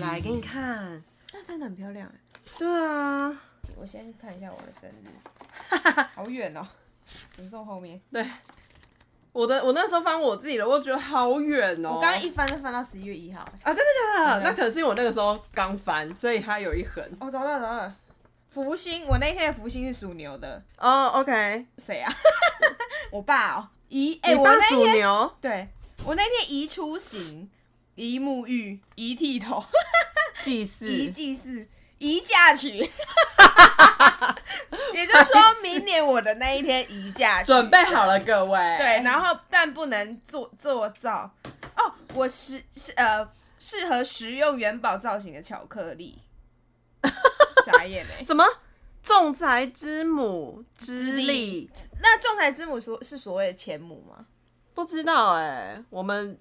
来给你看，那真的很漂亮哎。对啊，我先看一下我的生日， 好远哦，怎么这么后面？对，我的我那时候翻我自己的，我觉得好远哦、我刚刚一翻就翻到十一月一号。啊，真的假的？真的那可能是因为我那个时候刚翻，所以它有一横。哦，找到了找到了，福星，我那天的福星是属牛的，哦、o k 谁 啊？我爸哦，姨，哎、哎、我我那属天牛，对我那天宜出行，宜沐浴，宜剃头，祭祀宜祭祀，宜嫁 娶。也就是说明年我的那一天宜嫁娶，准备好了，各位。对，然后但不能做做造哦，我食是呃适合食用元宝造型的巧克 力，傻眼哎、什么仲裁之母之之力力？那仲裁之母所是所谓的前母吗？不知道哎、我们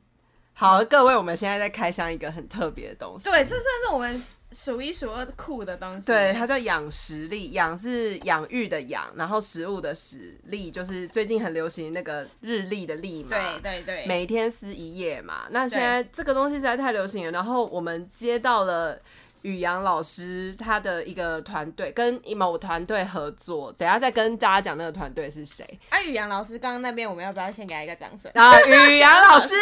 好，各位，我们现在在开箱一个很特别的东西。对，这算是我们数一数二酷的东西。对，它叫养食力，养是养育的养，然后食物的食力，就是最近很流行那个日历的历嘛。对对对，每天撕一页嘛。那现在这个东西实在太流行了，然后我们接到了。宇阳老师他的一个团队跟某团队合作，等一下再跟大家讲那个团队是谁啊，宇阳老师刚刚那边，我们要不要先给他一个掌声？ 啊。宇阳老师，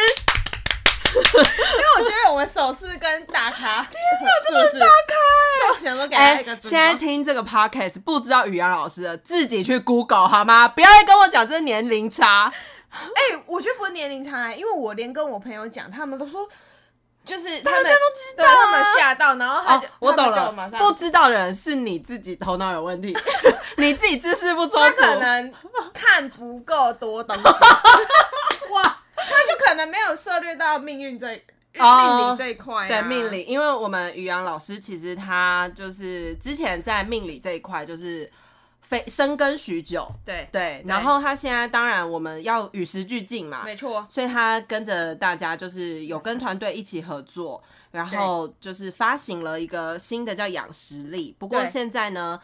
因为我觉得我们首次跟大咖， 天哪，真的是大咖哎！我想说给他哎、一个尊现重、在听这个 podcast 不知道宇阳老师的，自己去 Google 好吗？不要再跟我讲这年龄差。哎、我觉得不是年龄差、哎因为我连跟我朋友讲，他们都说。就是他们大家都知道啊对他们吓到，然后他哦就、，我懂他们了就马，上不知道的人是你自己头脑有问 题，你自己知识不充他足。可 能看不够多东西，哇， 他就可能没有涉猎到命运这哦命理这一块、啊对命理，因为我们宇阳老师其实他就是之前在命理这一块就是非深耕许久，对对，然后他现在当然我们要与时俱进嘛，没错，所以他跟着大家就是有跟团队一起合作，然后就是发行了一个新的叫养实力，不过对现在呢。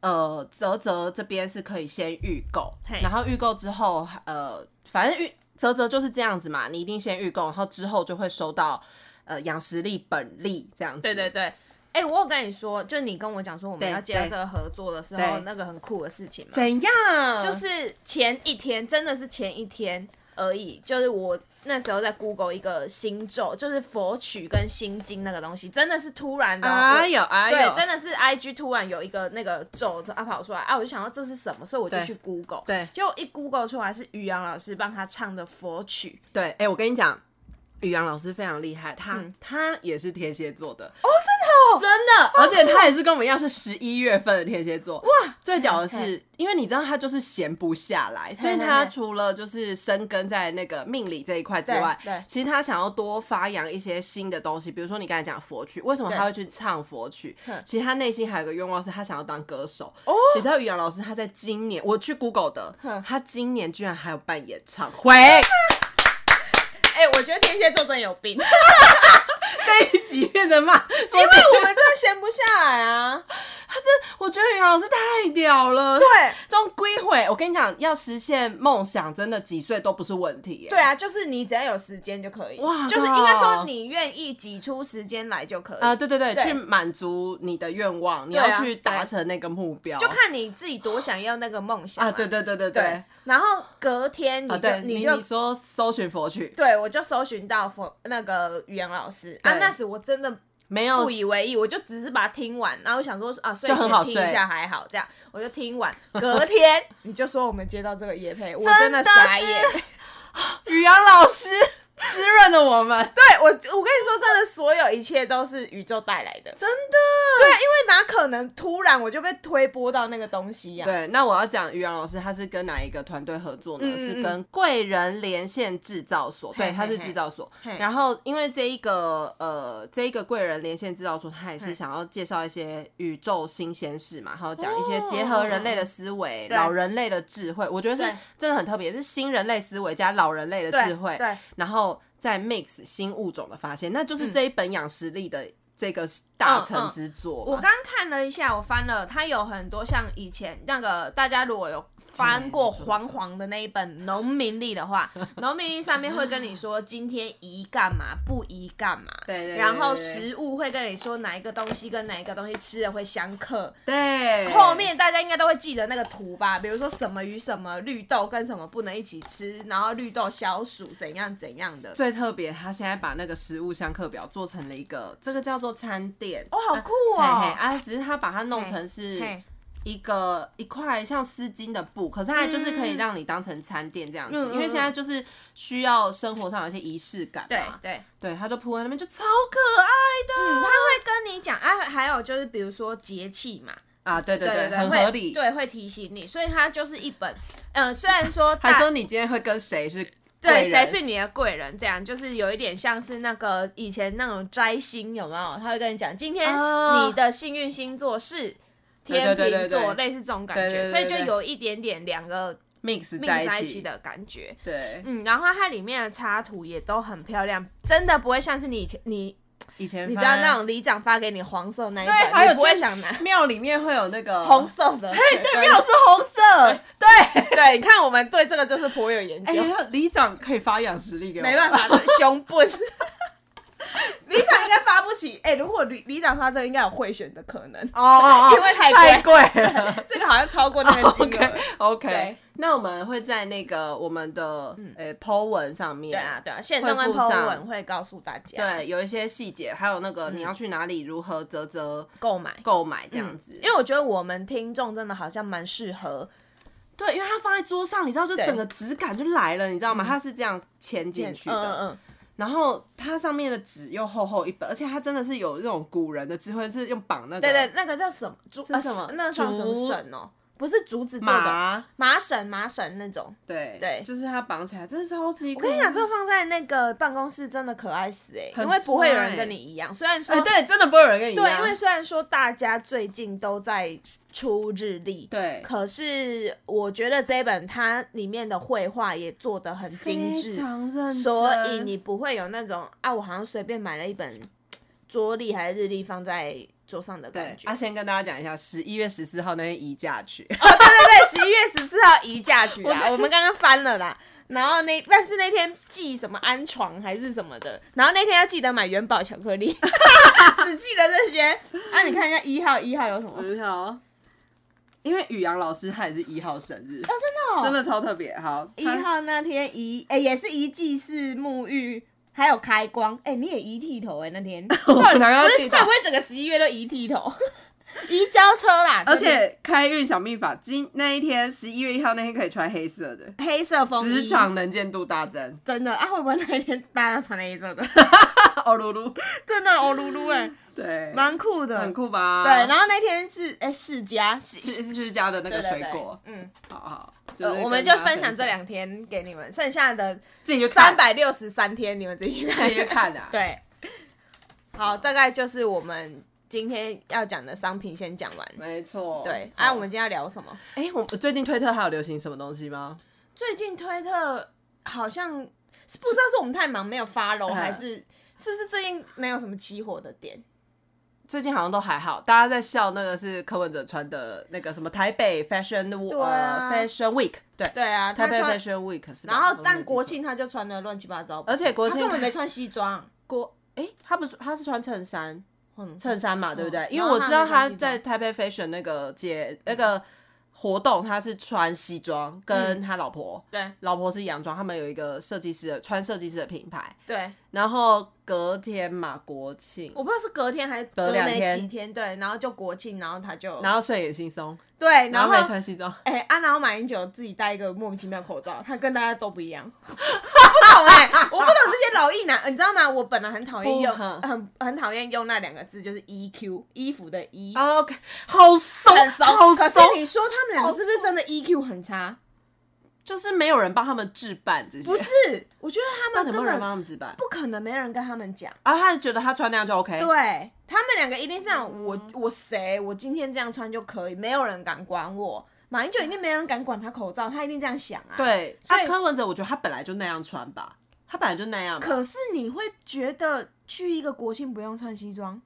呃，泽泽这边是可以先预购嘿，然后预购之后，呃，反正预泽泽就是这样子嘛，你一定先预购，然后之后就会收到呃养实力本利这样子。对对对。哎、我有跟你说，就你跟我讲说我们对要接到对这个合作的时对候，那个很酷的事情嘛，怎样？就是前一天，真的是前一天而已。就是我那时候在 Google 一个星咒，就是佛曲跟心经那个东西，真的是突然的、哦哎呦哎呦，对，真的是 I G 突然有一个那个咒啊跑出来啊，我就想到这是什么，所以我就对去 Google，对结果一 Google 出来是于洋老师帮他唱的佛曲，对，哎、我跟你讲，宇阳老师非常厉害，他、嗯他也是天蝎座的哦，真的、真的，而且他也是跟我们一样是十一月份的天蝎座。哇，最屌的是嘿，因为你知道他就是闲不下来，所以嘿嘿他除了就是深耕在那个命理这一块之外，对对其实他想要多发扬一些新的东西，比如说你刚才讲佛曲，为什么对他会去唱佛曲哼？其实他内心还有个愿望是他想要当歌手。哦，你知道宇阳老师他在今年，我去 Google 的哼，他今年居然还有办演唱会。 哎、我觉得天蝎座真的有 病，因这一集变成骂，因为我们真的闲不下 来啊，我觉得杨老师太屌了，对。这种归回，我跟你讲，要实现梦想，真的几岁都不是问题耶。对啊，就是你只要有时间就可以，哇就是应该靠说你愿意挤出时间来就可以，啊、对对对，对去满足你的愿望，你对啊啊要去达成那个目标，就看你自己多想要那个梦想啊，啦对对对对对对，然后隔天你就、啊，对你就你说搜寻佛曲，对我就搜寻到佛那个语言老师啊，对那时我真的没有不以为意，我就只是把它听完，然后想说啊，睡就很好前听一睡下还好，这样我就听完。隔天你就说我们接到这个夜配，我真真的的是傻眼。宇阳老师滋润了我们，对我，我跟你说，真的所有一切都是宇宙带来的。真的。对，因为哪可能突然我就被推播到那个东西呀、对，那我要讲于洋老师，他是跟哪一个团队合作呢？嗯嗯是跟贵人连线制造所，嘿对，他是嘿制造所。嘿然后因为这一个呃，这一个贵人连线制造所，他也是嘿想要介绍一些宇宙新鲜事嘛，然后讲一些结合人类的思维、哦对老人类的智慧，我觉得是对真的很特别，是新人类思维加老人类的对智慧，对嗯然后再 mix 新物种的发现，那就是这一本养实力的。这个大成之作嘛。我刚刚看了一下，我翻了，它有很多像以前那个大家如果有翻过黄黄的那一本《农民历》的话，《农民历》上面会跟你说今天宜干嘛，不宜干嘛。对对对对然后对食物会跟你说哪一个东西跟哪一个东西吃了会相克。对后面大家应该都会记得那个图吧，比如说什么与什么绿豆跟什么不能一起吃，然后绿豆消暑怎样怎样的。最特别，他现在把那个食物相克表做成了一个，这个叫做餐点。哦，好酷嘿嘿哦！啊，只是他把它弄成是嘿一个一块像丝巾的布，可是它就是可以让你当成餐垫这样子，嗯嗯嗯嗯因为现在就是需要生活上有一些仪式感对嘛。对，对，它就铺在那边，就超可爱的、嗯，他会跟你讲，啊，还有就是比如说节气嘛，啊！对对对对，很会合理。对，会提醒你，所以它就是一本，嗯、虽然 说还大说你今天会跟谁是贵对人谁是你的贵人，这样就是有一点像是那个以前那种摘星有没有？他会跟你讲，今天哦你的幸运星座是天对对对对秤座，对类似这种感觉，对对对所以对就有一点点两个 mix 命在在一一起。的感觉。对，嗯，然后它里面的插图也都很漂亮，真的不会像是你以前你以前你知道翻那种里长发给你黄色那一哎对本，还有你不会去想拿庙里面会有那个红，色的。对，庙是红色。对，对，你看我们对这个就是颇有研究，哎呀，里长可以发扬实力给我，没办法，这熊 笨。里长应该发不起，哎、如果里里长发这个，应该有贿选的可能，哦哦哦，因为太太贵了。这个好像超过那个金额。对 嗯 OK，那我们会在那个我们的呃 po 文上面，对啊，对啊，现动跟会附 Po 上文会告诉大家对，有一些细节，还有那个你要去哪里，如何啧啧嗯购买购买这样子因。为我觉得我们听众真的好像蛮适合对，因为它放在桌上，你知道，就对整个质感就来了，你知道吗？它是这样嵌进去嗯的，嗯嗯，然后它上面的纸又厚厚一本，而且它真的是有那种古人的智慧，是用绑那个对对，那个叫什么竹？这是什么呃那叫什么竹绳哦？不是竹子做的，麻，麻绳麻绳那种。对对就是它绑起来，真的超级。我我跟你讲，这个放在那个办公室真的可爱死哎、嗯很因为不会有人帅跟你一样。虽然说、哎，对，真的不会有人跟你一对，样，因为虽然说大家最近都在出日历，对可是我觉得这一本它里面的绘画也做得很精非致，常认真，所以你不会有那种啊，我好像随便买了一本桌历还是日历放在桌上的感对，觉。啊，先跟大家讲一下，十一月十四号那天移假去， 哦，对对对，十一月十四号移假去啦，啊我们刚刚翻了啦。然后那但是那天寄什么安床还是什么的，然后那天要记得买元宝巧克力，只记得这些。啊，你看一下一号一号有什么？很好。因为宇阳老师他也是一号生日，哦真的超特别。好，一号那天移哎、也是移祭祀沐浴，还有开光。哎、你也移剃头哎、那天 不我哪个要是记会到不？会整个十一月都移剃头？ 移交车啦，而这边且开运小秘法，今那一天十一月一号那天可以穿黑色的，黑色风衣职场能见度大增。 真的啊，会不会那一天大家都穿黑色的？哦噜噜，真的哦噜噜哎，对，蛮酷的，很酷吧？对，然后那天是哎世家是是是是家的那对个对水对果，嗯，好好，就是呃跟我们就大家分享这，两天给你们，剩下的自己就三看，百六十三天你们自己自看己。就看啊。 对，好，大概就是我们今天要讲的商品先讲完。没错，对，好啊，我们今天要聊什么？哎、我最近推特还有流行什么东西吗？最近推特好像是不知道是我们太忙没有 follow，嗯还是是不是最近没有什么起火的点？最近好像都还好，大家在笑那个是柯文哲穿的那个什么台北 Fashion 对啊呃 Fashion Week，对，对啊，他台北穿， Fashion Week 是吧。然后我没但记国错庆他就穿的乱七八糟，而且国庆他根本没穿西装。国哎、他不是他是穿衬衫，嗯，衬衫嘛，对不对嗯？因为然后我他知道没穿他西装在台北 Fashion 那个节那个活动，他是穿西装，嗯跟他老婆，对老婆是洋装，他们有一个设计师的穿设计师的品牌，对，然后隔天嘛国庆。我不知道是隔天还是隔隔两没天几天，对，然后就国庆，然后他就然后睡眼惺忪，对，然然后后没穿西装，哎、啊，然后马英九自己戴一个莫名其妙的口罩，他跟大家都不一 样。我不懂哎、我不懂这些老艺男，你知道吗？我本来很讨厌不用，哼很很讨厌用那两个字，就是 EQ 衣服的 E，、啊 OK，好松，很骚。好可松是，你说他们两个是不是真的 EQ 很差？就是没有人帮他们置办这些， 不是，我觉得他那有们没有根人本帮他们置办？不可能没人跟他们讲。啊，他觉得他穿那样就 OK，对他们两个一定是那种我我谁我今天这样穿就可以，没有人敢管我。马英九一定没人敢管他口罩，他一定这样想啊。。对，所以啊，柯文哲我觉得他本来就那样穿吧，他本来就那样吧，可是你会觉得去一个国庆不用穿西装，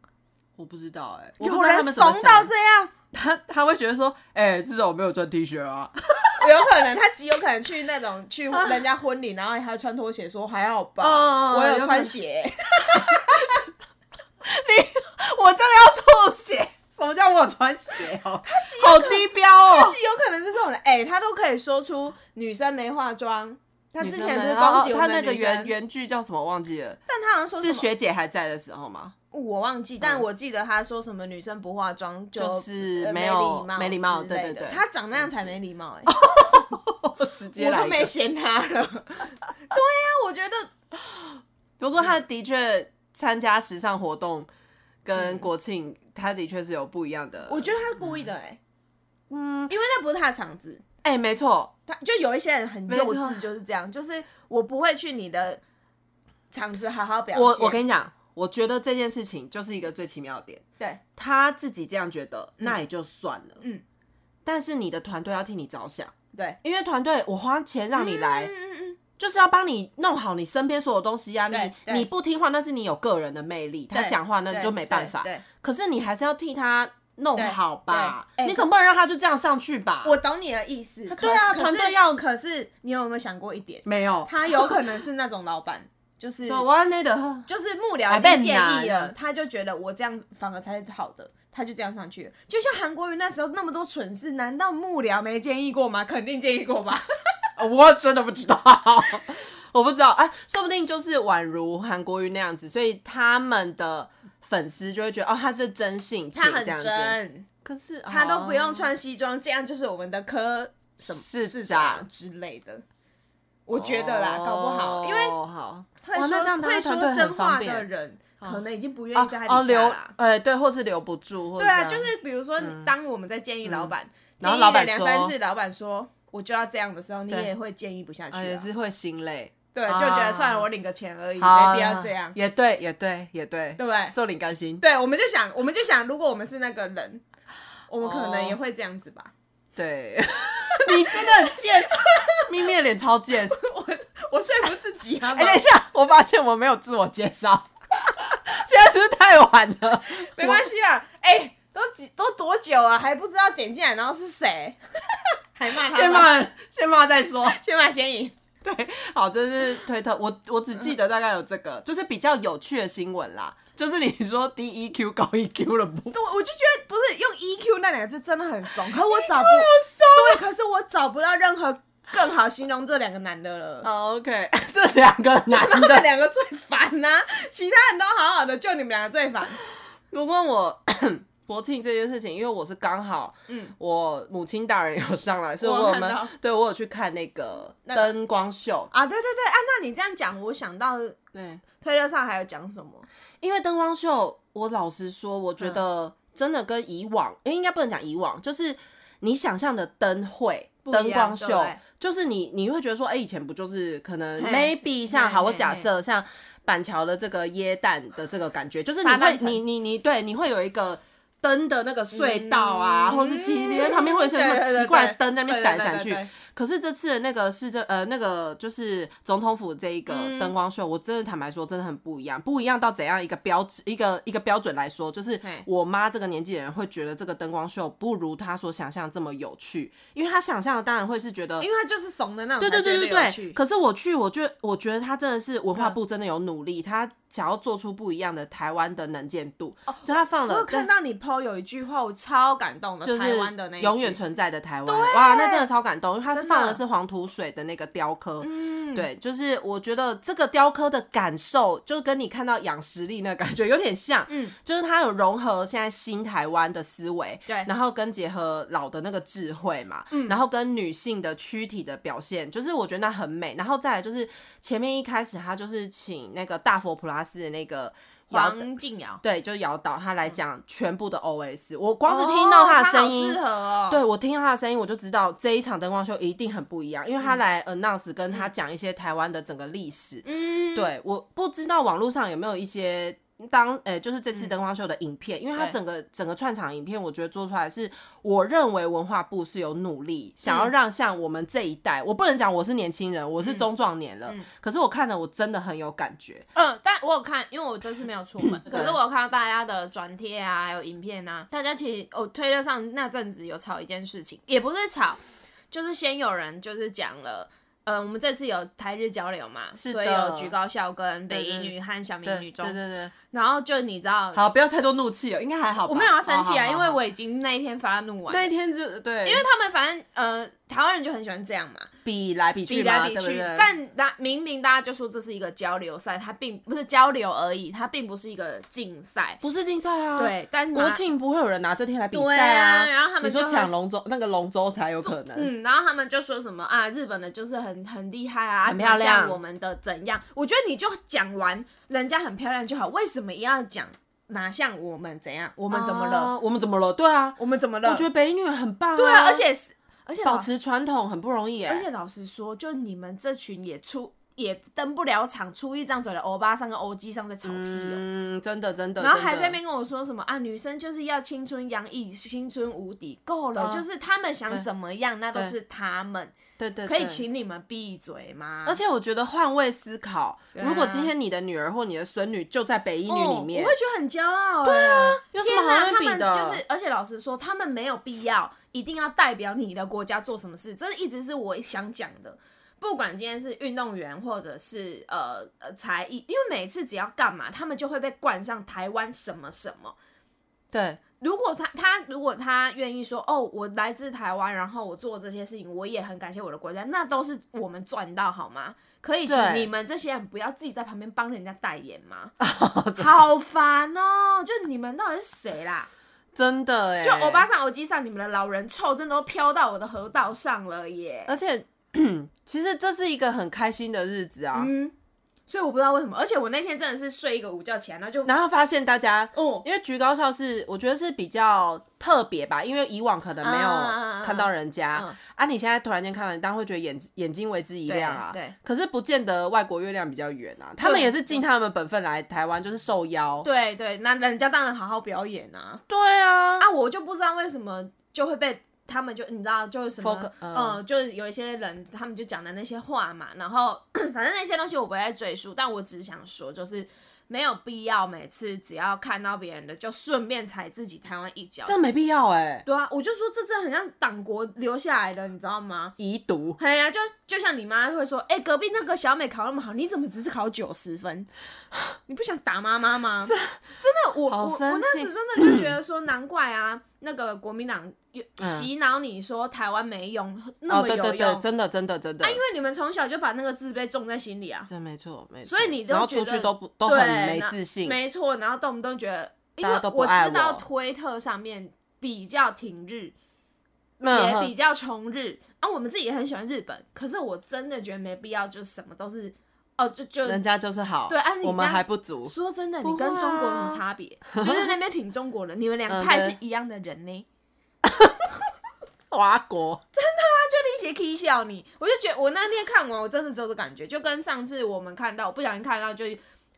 我不知道哎、我不知有道人他们怂怎么到想的这样，他他会觉得说，哎、至少我没有穿 T 恤啊， 有可能他极有可能去那种 去人家婚礼，然后还穿拖鞋，说还好吧，嗯嗯嗯有我哦有可穿能鞋，我真的要吐血。什么叫我有穿鞋 哦？好低标他哦！极有可能是这种人，哎、他都可以说出女生没化妆。他之前不女是生们攻击哦我他们那个女生原，原剧叫什么？我忘记了，但他好像说什是么学姐还在的时候吗？我忘记，但我记得他说什么女生不化妆嗯就就是呃没没有没礼礼貌之对类对的对他长那样才没 礼貌哎、我直接 我来都一没个。嫌他了。对呀、我觉得不过嗯他的确参加时尚活动，跟国庆他的确是有不一样的。嗯我觉得他是故意的哎、嗯，因为那不是他的场子。哎、没错，他就有一些人很没幼错稚，就是这样，就是我不会去你的场子好好表现。我我跟你讲，我觉得这件事情就是一个最奇妙的点。对他自己这样觉得，那也就算了。嗯，但是你的团队要替你着想，对，因为团队我花钱让你来，嗯嗯嗯，就是要帮你弄好你身边所有东西呀、对你对你不听话，那是你有个人的魅力，他对讲话那你对就没办法对。对可是你还是要替他弄好吧，对对哎你总不能让他就这样上去吧？我懂你的意思。对啊可团队要可是你有没有想过一点，没有，他有可能是那种老板，就 是就我要那的，就是幕僚还已被经建议拿了了，他就觉得我这样反而才是好的，他就这样上去了。就像韩国瑜那时候那么多蠢事，难道幕僚没建议过吗？ 肯定建议过 吧。我真的不知道，我不知道，哎、说不定就是宛如韩国瑜那样子，所以他们的粉丝就会觉得哦，他是真性情他这很样子，真，可是他都不用哦穿西装，这样就是我们的科什么市市长长之类的。我觉得啦，搞不好，因为哦好会哇那这样说他会的团队说很真话方的便人，可能已经不愿哦意在他哦底下留啦。呃对，或是留不住，或者对啊，这就样是比如说，当我们在建议老板，嗯然建后议老板了两说三次，老板说我就要这样的时候，你对也会建议不下去啊也啊。是会心累，对，啊就觉得算了，我领个钱而已，好没必要这样，也对，也对，也对，对不对？做领甘心，对，我们就想，我们就想，如果我们是那个人，我们可哦能也会这样子吧。 对，你真的很贱，咪咪的脸超贱。我说服自己啊，哎、 等一下，我发现我没有自我介绍，现在是不是太晚了？没关系啊，哎、都几都多久了，还不知道点进来，然后是谁， 还骂他先吧，骂，先骂再说。先骂先赢，对，好，这是推特，我我只记得大概有这个，就是比较有趣的新闻啦，就是你说 D E Q 高 E Q 了不？对，我就觉得不是用 EQ 那两个字真的 E 很啊怂，可我找不，对，可是我找不到任何更好形容这两个男的了。哦 OK，这 两个男 他 们的，两个最烦呐、其他人都好好的，就你们两个最烦。如果我国庆这件事情，因为我是刚好，嗯，我母亲大人有上来，所以我有我看们到对我有去看那个那个灯光秀，啊，对对对，啊，那你这样讲，我想到对，推特上还有讲什么？因为灯光秀，我老实说，我嗯觉得真的跟以往，诶应该不能讲以往，就是你想象的灯会、不一样灯光秀对不对，就是你你会觉得说，哎、以前不就是可能嘿 maybe 像好，嘿我假设像板桥的这个椰蛋的这个感觉，就是你发会烂城你你你对你会有一个。灯的那个隧道啊，嗯或者是其实旁边会有一些对那对么对奇怪的对灯在那边对闪对闪对去对，可是这次的那个市政呃那个就是总统府这一个嗯灯光秀，我真的坦白说真的很不一样，不一样到怎样一个标志一个一个标准来说，就是嘿我妈这个年纪的人会觉得这个灯光秀不如她所想象这么有趣，因为她想象的当然会是觉得因为他就是怂的那种，对对对对才觉得有对。趣嗯可是我去，我觉得我觉得他真的是文化部真的有努力，他想要做出不一样的台湾的能见度，所以他放哦我了有看到你 PO 有一句话，我超感动的，就是台湾的那一句永远存在的台湾。哇，那真的超感动，因为它是真的嗯放的是黄土水的那个雕刻。对，就是我觉得这个雕刻的感受，就跟你看到养实力那感觉有点像。嗯，就是它有融合现在新台湾的思维，对然后跟结合老的那个智慧嘛，嗯，然后跟女性的躯体的表现，就是我觉得那很美。然后再来就是前面一开始他就是请那个大佛普拉斯的那个摇黄静瑶，对，就是摇导他来讲全部的 OS，我光是听嗯哦到他的好声音适，合哦。对我听到他的声音，我就知道这一场灯光秀一定很不一样，因为他来 announce 跟他讲一些台湾的整个历史。嗯嗯，对，我不知道网络上有没有一些当诶、就是这次灯光秀的影片，因为它嗯对整个整个串场影片，我觉得做出来是我认为文化部是有努力想嗯要让像我们这一代，我不能讲我是年轻人，我是中壮年了，可是我看了我真的很有感觉，嗯，但我有看，因为我这次没有出 门，可是我有看到大家的转贴啊，还有影片啊，大家其实我、哦、推特上那阵子有吵一件事情，也不是吵，就是先有人就是讲了。呃，我们这次有台日交流嘛，是所以的有居高校跟北一女和小对明女对中，对对，然后就你知道，好，不要太多怒气了，应该还好吧，我没有要生气好好啊，好因为我已经那一天发怒完了，那一天是对，因因为他们反正呃，台湾人就很喜欢这样嘛，比来比去比嘛，来比对不去，对？但大明明大家就说这是一个交流赛，它并不是交流而已，它并不是一个竞赛。不是竞赛啊，。对，但马国庆不会有人拿这天来比对赛啊然后他们你说就会抢龙舟那个龙舟才有可能，嗯，然后他们就说什么啊，日本的就是很很厉害啊，很漂亮哪像我们的怎样？我觉得你就讲完人家很漂亮就好，为什么一定要讲哪像我们怎样？我我们怎么了？我们怎么了？对啊，哦我们怎么了？我觉得北女很棒、对啊，而且是而且保老持传统很不容易而哎。且老实说，就你们这群也出也登不了场，出一张嘴的欧巴桑跟欧基上在吵屁哦、嗯，真的真的。然后还真在的那边跟我说什么啊，女生就是要青春洋溢、青春无敌，够了，嗯就是他们想怎么样，那都是他们，对对，可以对。请你们闭嘴吗？而且我觉得换位思考，啊如果今天你的女儿或你的孙女就在北一女里面哦我，会觉得很骄傲、对啊，有什天么好哪，那他边比们的？就是，而且老实说，他们没有必要一定要代表你的国家做什么事，这一直是我想讲的。不管今天是运动员或者是呃呃才艺，因为每次只要干嘛，他们就会被冠上台湾什么什么。对，如果他他如果他愿意说哦，我来自台湾，然后我做这些事情，我也很感谢我的国家，那都是我们赚到好吗？可以，请对你们这些人不要自己在旁边帮人家代言 吗？哦好烦哦！就你们到底是谁啦？真的哎。就欧巴，上、欧基上，你们的老人臭真的都飘到我的河道上了耶。而且 其实这是一个很开心的日子啊。嗯，所以我不知道为什么，而且我那天真的是睡一个午觉起来，然后就然后发现大家哦，因为橘高校是我觉得是比较特别吧，因为以往可能没啊有看到人家嗯嗯嗯嗯啊，你现在突然间看到人，当然会觉得眼眼睛为之一亮啊。对对可是不见得外国月亮比较圆啊，他们也是尽他们本分来台湾，就是受邀。对对，那人家当然好好表演啊。对啊，啊，我就不知道为什么就会被他们就你知道就是什么 Focus- 嗯嗯、就是有一些人他们就讲的那些话嘛，然后 反正那些东西我不会再赘述，但我只是想说，就是没有必要每次只要看到别人的就顺便踩自己台湾一脚。这没必要哎、对啊，我就说这真的很像党国留下来的，你知道吗？遗毒。哎呀、就就像你妈会说，哎、隔壁那个小美考那么好，你怎么只是考九十分？ 你不想打妈妈吗？真的，我好我我生那气时真的就 觉得说，难怪啊，那个国民党有嗯洗脑你说台湾没用，那哦，么有对用，对啊对，真的真的真的，因为你们从小就把那个自卑种在心里啊，是没错没错。所以你都然后觉出去得都不都很对，没那自信，没错，然后动不动觉得，因大为家都不我爱知道我推特上面比较挺日，嗯也哼比较崇日啊，我们自己也很喜欢日本，可是我真的觉得没必要，就是什么都是哦，就就人家就是好，对啊你我们这样还不足。说真的，不你跟会中国有什啊么差别？就是那边挺中国人，你们两嗯派对是一样的人嗯呢，华国就立即 K 笑你。我就觉得我那天看完，我真的只有这感觉，就跟上次我们看到，我不小心看到就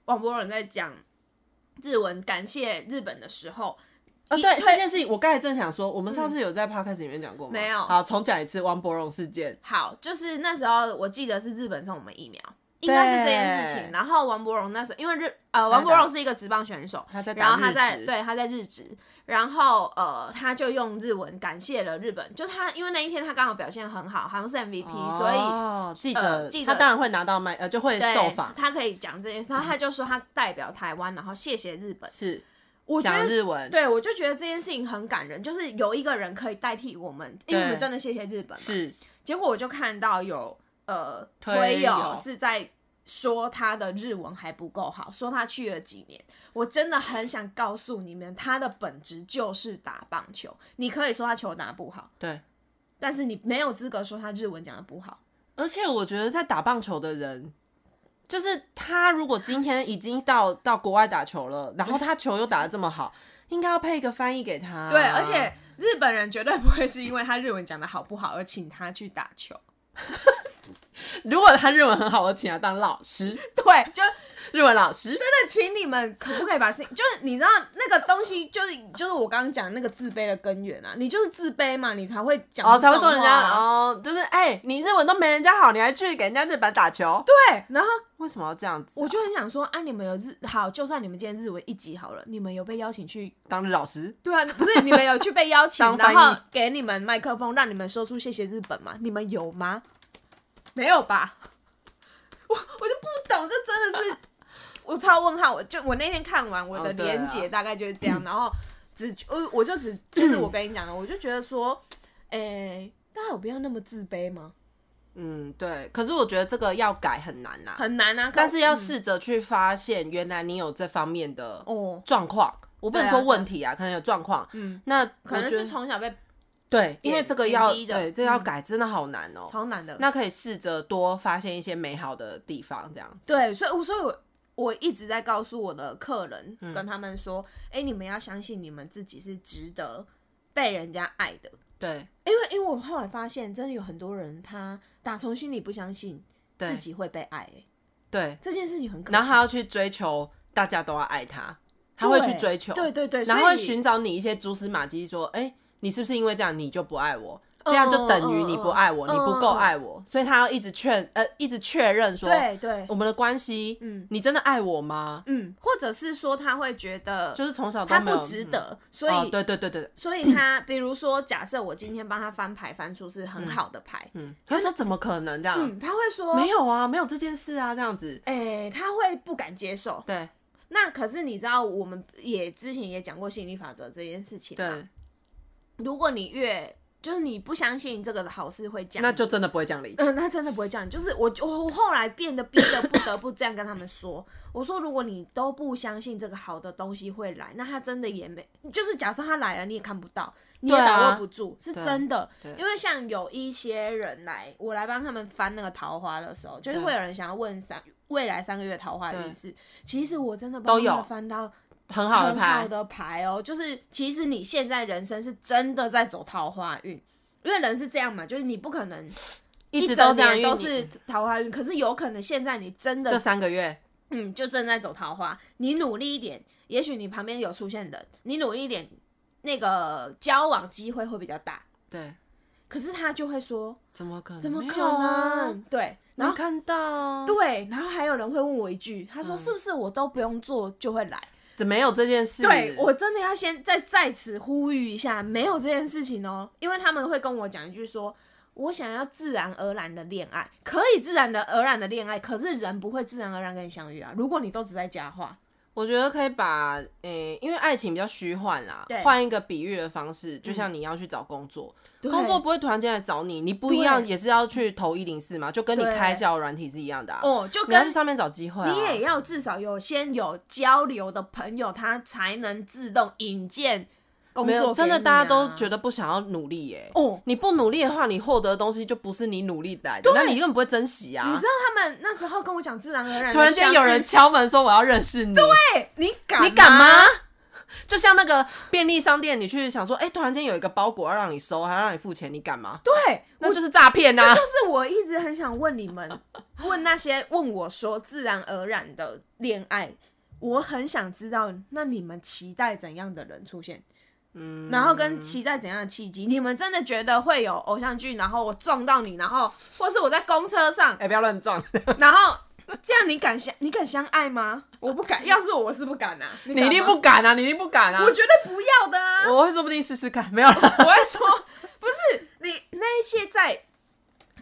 王博仁在讲日文感谢日本的时候，啊，一对推这件事情，我刚才正想说，我们上次有在 podcast 里面讲过吗？嗯没有好，重讲一次王伯荣事件。好，就是那时候我记得是日本送我们疫苗，应该是这件事哎情。然后王伯荣那时候因为日呃王伯荣是一个职棒选手，他在打然后他日在职对他在日职，然后呃他就用日文感谢了日本，就他因为那一天他刚好表现很好，好像是 MVP，、所以。哦记呃者记他者当然会拿到麦，呃，就会对受访，他可以讲这些，然后他就说他代表台湾，然后谢谢日本。是我觉讲得，日文，对我就觉得这件事情很感人，就是有一个人可以代替我们，因为我们对真的谢谢日本嘛。是结果我就看到有呃推推友友是在说他的日文还不够好，说他去了几年。我真的很想告诉你们，他的本质就是打棒球。你可以说他球打不好，对。但是你没有资格说他日文讲的不好。而且我觉得在打棒球的人，就是他如果今天已经到到国外打球了，然后他球又打得这么好，应该要配一个翻译给他啊。对，而且日本人绝对不会是因为他日文讲的好不好而请他去打球。 如果他日文很好，我请他当老师。对，就日文老师，真的，请你们可不可以把事情，就是你知道那个东西，就是就是我刚刚讲那个自卑的根源啊，你就是自卑嘛，你才会讲、哦，才会说人家。啊哦，就是哎、你日文都没人家好，你还去给人家日本打球，对，然后为什么要这样子？我就很想说，啊，你们有日好，就算你们今天日文一级好了，你们有被邀请去？当日老师，对啊， 不是你们有去被 邀请，当翻然译后给你们麦克风，让你们说出谢谢日本吗？你们有吗？没有吧？ 我我就不懂，这真的是我超问号。我就我那天看完我的哦对啊连结大概就是这哦啊样，然后只我我就只就是我跟你讲的，我就觉得说，诶、大家有必要那么自卑吗？嗯，对。可是我觉得这个要改很难呐、很难啊，但是要嗯试着去发现，原来你有这方面的哦，状况。我不能对啊说问题啊，可能有状况。嗯，那可能我觉得是从小被对，因为这个贬要低的对这个要嗯改，真的好难哦、超难的。那可以试着多发现一些美好的地方，这样子。对，所以我所以我我一直在告诉我的客人，嗯跟他们说，哎、你们要相信你们自己是值得被人家爱的。对因为，因为我后来发现，真的有很多人他打从心里不相信对自己会被爱、诶对，这件事情很可然怕。后他要去追求，大家都要爱他，他会去对追求，对对对，然后所会以寻找你一些蛛丝马迹，说，哎、你是不是因为这样你就不爱我？嗯这样就等于你不爱我，嗯嗯你不够爱我，所以他要一直劝，呃，一直确认说，对对，我们的关系，嗯你真的爱我吗？嗯，或者是说他会觉得就是从小都他没有不值嗯得，所以、哦，对对对对，所以他比如说，假设我今天帮他翻牌，翻出是很好的牌，嗯，他说怎么可能这样？嗯，他会说没有啊，没有这件事啊，这样子，哎、他会不敢接受。对那可是你知道，我们也之前也讲过吸引力法则这件事情。对，，如果你越就是你不相信这个好事会降，那就真的不会讲理。嗯、那真的不会降。就是我我我后来变得逼得不得不这样跟他 们说，我说如果你都不相信这个好的东西会来，那他真的也没，就是假设他来了你也看不到，你也对啊把握不住，是对真的对。因为像有一些人来，我来帮他们翻那个桃花的时候，就是会有人想要问三未来三个月桃花的运势，其实我真的帮都他有们翻到很好的很牌好，的牌哦，就是其实你现在人生是真的在走桃花运，因为人是这样嘛，就是你不可能一直整这样，年因为都你是桃花运，可是有可能现在你真这的三个月，嗯就正在走桃花，你努力一点，也许你旁边有出现人，你努力一点，那个交往机会会比较大，对，可是他就会说怎么可能？怎么可没有啊能？？对，然能后看到啊，对，然后还有人会问我一句，他嗯说是不是我都不用做就会来？怎么没有这件事？对我真的要先再在此呼吁一下，没有这件事情哦，因为他们会跟我讲一句说。我想要自然而然的恋爱，可以自然的而然的恋爱，可是人不会自然而然跟你相遇啊。如果你都只在家的话，我觉得可以把，诶、因为爱情比较虚幻啦对，嗯换一个比喻的方式，就像你要去找工作，对工作不会突然间来找你，你不一样也是要去投一零四嘛，就跟你对开销软体是一样的、啊，哦，就你要去跟上面找机会、啊，你也要至少有先有交流的朋友，他才能自动引荐工没作、啊有真的大家都觉得得不想要努力耶、哦，你不努力的话，你获得的东西就不是你努力来的，那你根本不会珍惜啊你知！道他们那时候跟我讲自然而然的相遇，突然间有人敲门说我要认识你，对，哎、你敢你敢吗？就像那个便利商店，你去想说，哎、突然间有一个包裹要让你收，还要让你付钱，你敢吗？对，那就是诈骗啊呐！就是我一直很想问你 们，问那些问我说自然而然的恋爱，我很想知道，那你们期待怎样的人出现？嗯，然后跟期待怎样的契机？你们真的觉得会有偶像剧，然后我撞到你，然后或是我在公车 上，哎、不要乱撞！然后这样你敢相你敢相爱吗？我不敢， 要是我我是不敢啊，你你敢一吗定不，敢啊！你一定不敢啊！我绝对不要的啊！我会说不定试试看，没有啦。 我会说， 不是你那一些在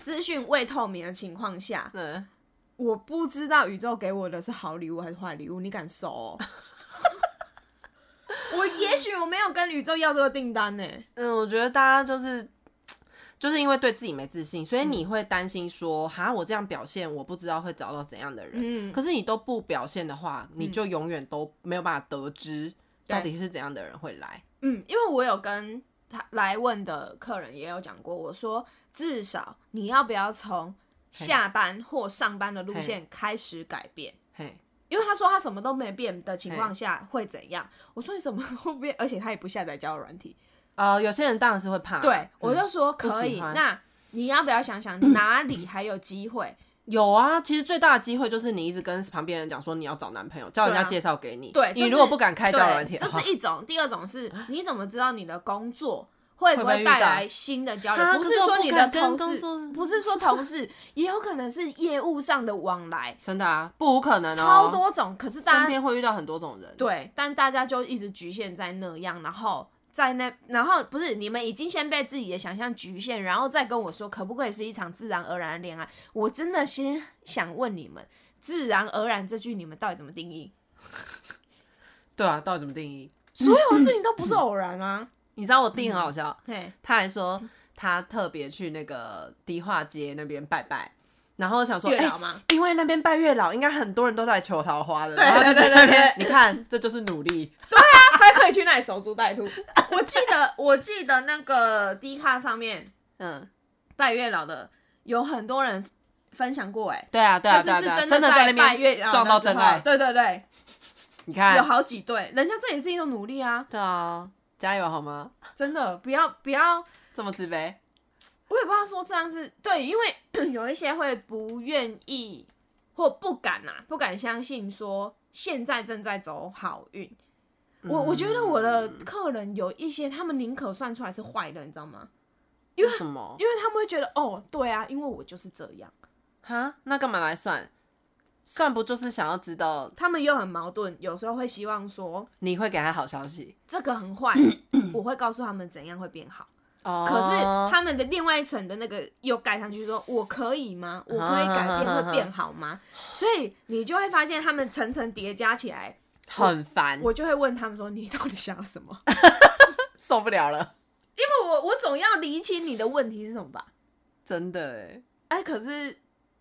资讯未透明的情况下，嗯，我不知道宇宙给我的是好礼物还是坏礼物，你敢收、哦？ 我也许我没有跟宇宙要这个订单呢、嗯，我觉得大家就是就是因为对自己没自信，所以你会担心说，哈，我这样表现，我不知道会找到怎样的人。嗯可是你都不表现的话，你就永远都没有办法得知对到底是怎样的人会来。嗯，因为我有跟他来问的客人也有讲过，我说至少你要不要从下班或上班的路线开始改变。嘿，因为他说他什么都没变的情况下会怎样？我说你什么都不变，而且他也不下载交友软体，呃，有些人当然是会怕，对，我嗯就说不可喜以。欢那你要不要想想哪里还有机会？有啊，其实最大的机会就是你一直跟旁边人讲说你要找男朋友，叫人家对啊介绍给你。对，这你是如果不敢开交友软对体的这话，是一种；第二种是，你怎么知道你的工作会会不不会会遇到带来新的交啊流？不可是是我说不你的敢跟同工事作，不是说同事，也有可能是业务上的往来，真的啊，不无可能哦。超多种。可是身大家边会遇到很多种人。对，但大家就一直局限在那样，然后。在那，然后不是你们已经先被自己的想象局限，然后再跟我说可不可以是一场自然而然的恋爱？我真的先想问你们，自然而然这句你们到底怎么 定义？对啊，到底怎么定义？所有事情都不是偶然啊！你知道我弟很好笑，对，他还说他特别去那个迪化街那边拜拜，然后想说，哎、吗？因为那边拜月老，应该很多人都在求桃花的。对然后他就对对在那对边对你看，这就是努力。啊他可以去那里守株待兔。 我记得，我记得那个 D 卡上面嗯，拜月老的有很多人分享过、哎、对啊，对啊，就对啊，是对是啊，的的在拜那月边老撞到的时真候爱。哎对对对，你有看，好几对，人家这也是一种努力啊！对啊，加油好吗？真的，不要不要，这么自卑，我也不知道说这样是对，因为 有一些会不愿意或不敢啊，不敢相信说现在正在走好运。我我觉得我的嗯客人有一些，他们宁可算出来是坏的，你知道吗？因为什么？因为他们会觉得哦，对啊，因为我就是这样，哈，那干嘛来算？算不就是想要知道他们又很矛盾，有时候会希望说你会给他好消息？这个很坏，我会告诉他们怎样会变好。哦可是他们的另外一层的那个又盖上去说，我可以吗？我可以改变会变好吗？所以你就会发现他们层层叠加起来，很烦，我就会问他们说，你到底想要什么？受不了了，因为我我总要厘清你的问题是什么吧。真的哎。哎，可是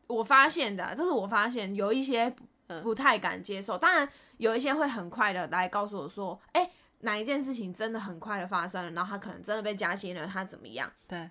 我发现的啊，这是我发现有一些不嗯不太敢接受，当然有一些会很快的来告诉我说，哎、哪一件事情真的很快的发生了，然后他可能真的被加薪了，他怎么样？对，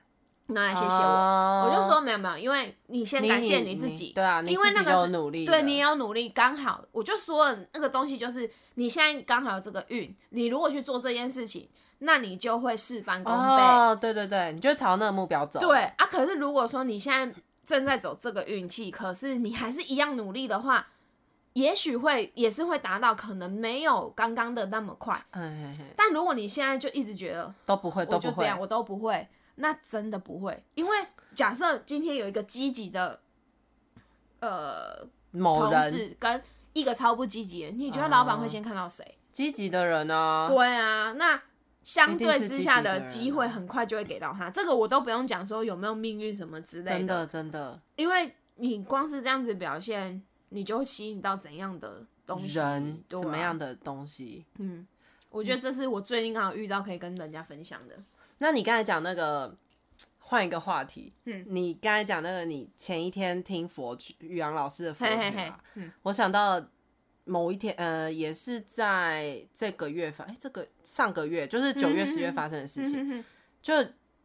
那来啊谢谢我。我就说没有没有，因为你先感谢哦你自己，对啊，你因为自己那就个有是努力了，对你也有努力，刚好我就说了那个东西就是你现在刚好有这个运，你如果去做这件事情，那你就会事半功倍。哦，对对对，你就朝那个目标走，对，啊，可是如果说你现在正在走这个运气，可是你还是一样努力的话，也许会也是会达到，可能没有刚刚的那么快。哎，嘿嘿但如果你现在就一直觉得都不会，我都就不这会样，，我都不会，那真的不会，因为假设今天有一个积极的呃某同人哦事跟一个超不积极的，你觉得老板会先看到谁？积极的人啊，对啊，那相一定对是之积下极的的人啊机会很快就会给到他，这个我都不用讲说有没有命运什么之类真的真的因为你光是这样子表现，你就会吸引到怎样的东西？人对什啊么样？的东西？嗯，我觉得这是我最近刚好遇到可以跟人家分享的。那你刚才讲那个，换一个话题，嗯，你刚才讲那个，你前一天听佛曲宇阳老师的佛曲、嘿啊，嘿嘿，嗯，我想到某一天，呃，也是在这个月发，哎、这个上个月就是九月、嗯十月发生的事情。嗯哼哼就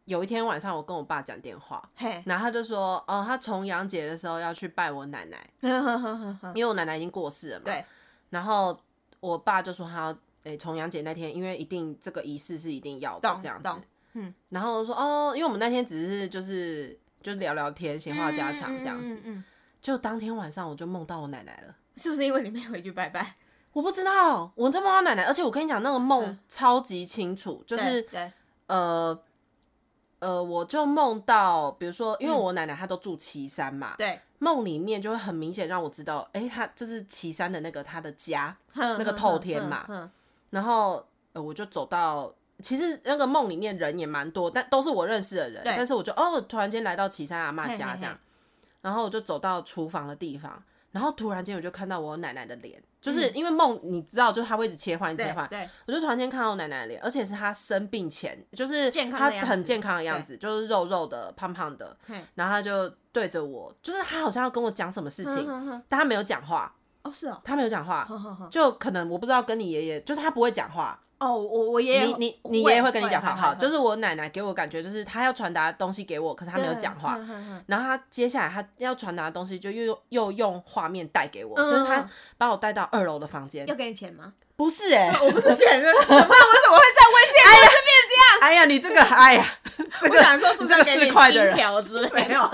有一天晚上，我跟我爸讲电话，嘿，然后他就说，哦，他重阳节的时候要去拜我奶奶，呵呵呵呵呵因为我奶奶已经过世了嘛。对。然后我爸就说他要，哎、重阳节那天，因为一定这个仪式是一定要的懂，这样子。懂，然后我说，哦，因为我们那天只是就是就是聊聊天，闲话家常这样子。嗯，嗯嗯嗯就当天晚上我就梦到我奶奶了。是不是因为你没回去拜拜？我不知道，我在梦到奶奶，而且我跟你讲，那个梦超级清楚，就是嗯对对，呃呃，我就梦到，比如说，因嗯为我奶奶她都住岐山嘛，对，梦、里面就会很明显让我知道，哎、她就是岐山的那个她的家，那那个透天嘛然后呃，我就走到。其实那个梦里面人也蛮多，但都是我认识的人。对但是我就哦，突然间来到岐山阿嬷家嘿嘿嘿这样，然后我就走到厨房的地方，然后突然间我就看到我奶奶的脸，就是因为梦，你知道，就是她会一直切换一直切嗯对换，对，我就突然间看到我奶奶的脸，而且是她生病前，就是健康她的样子很健康的样子，就是肉肉的、胖胖的嘿，然后她就对着我，就是她好像要跟我讲什么事哼情，哼哼但她没有讲话，哦是嗯哦，她没有讲话，呵呵呵就可能我不知道跟你爷爷，就是她不会讲话，哦，我我爷你爷你你爷爷会跟你讲话，好，就是是我奶奶给我感觉就是她要传达的东西给我，可是她没有讲嗯话。然后她接下来她要传达的东西就又又用画面带给我，嗯就是嗯她嗯把我带到二楼的房间要，给你钱吗？不是哎、 我不是钱人，怎么办？我怎么会在微信哎呀哎呀你这个哎呀，这 我个想说，是不是要这个市给你 侩的人金条之类的？没有。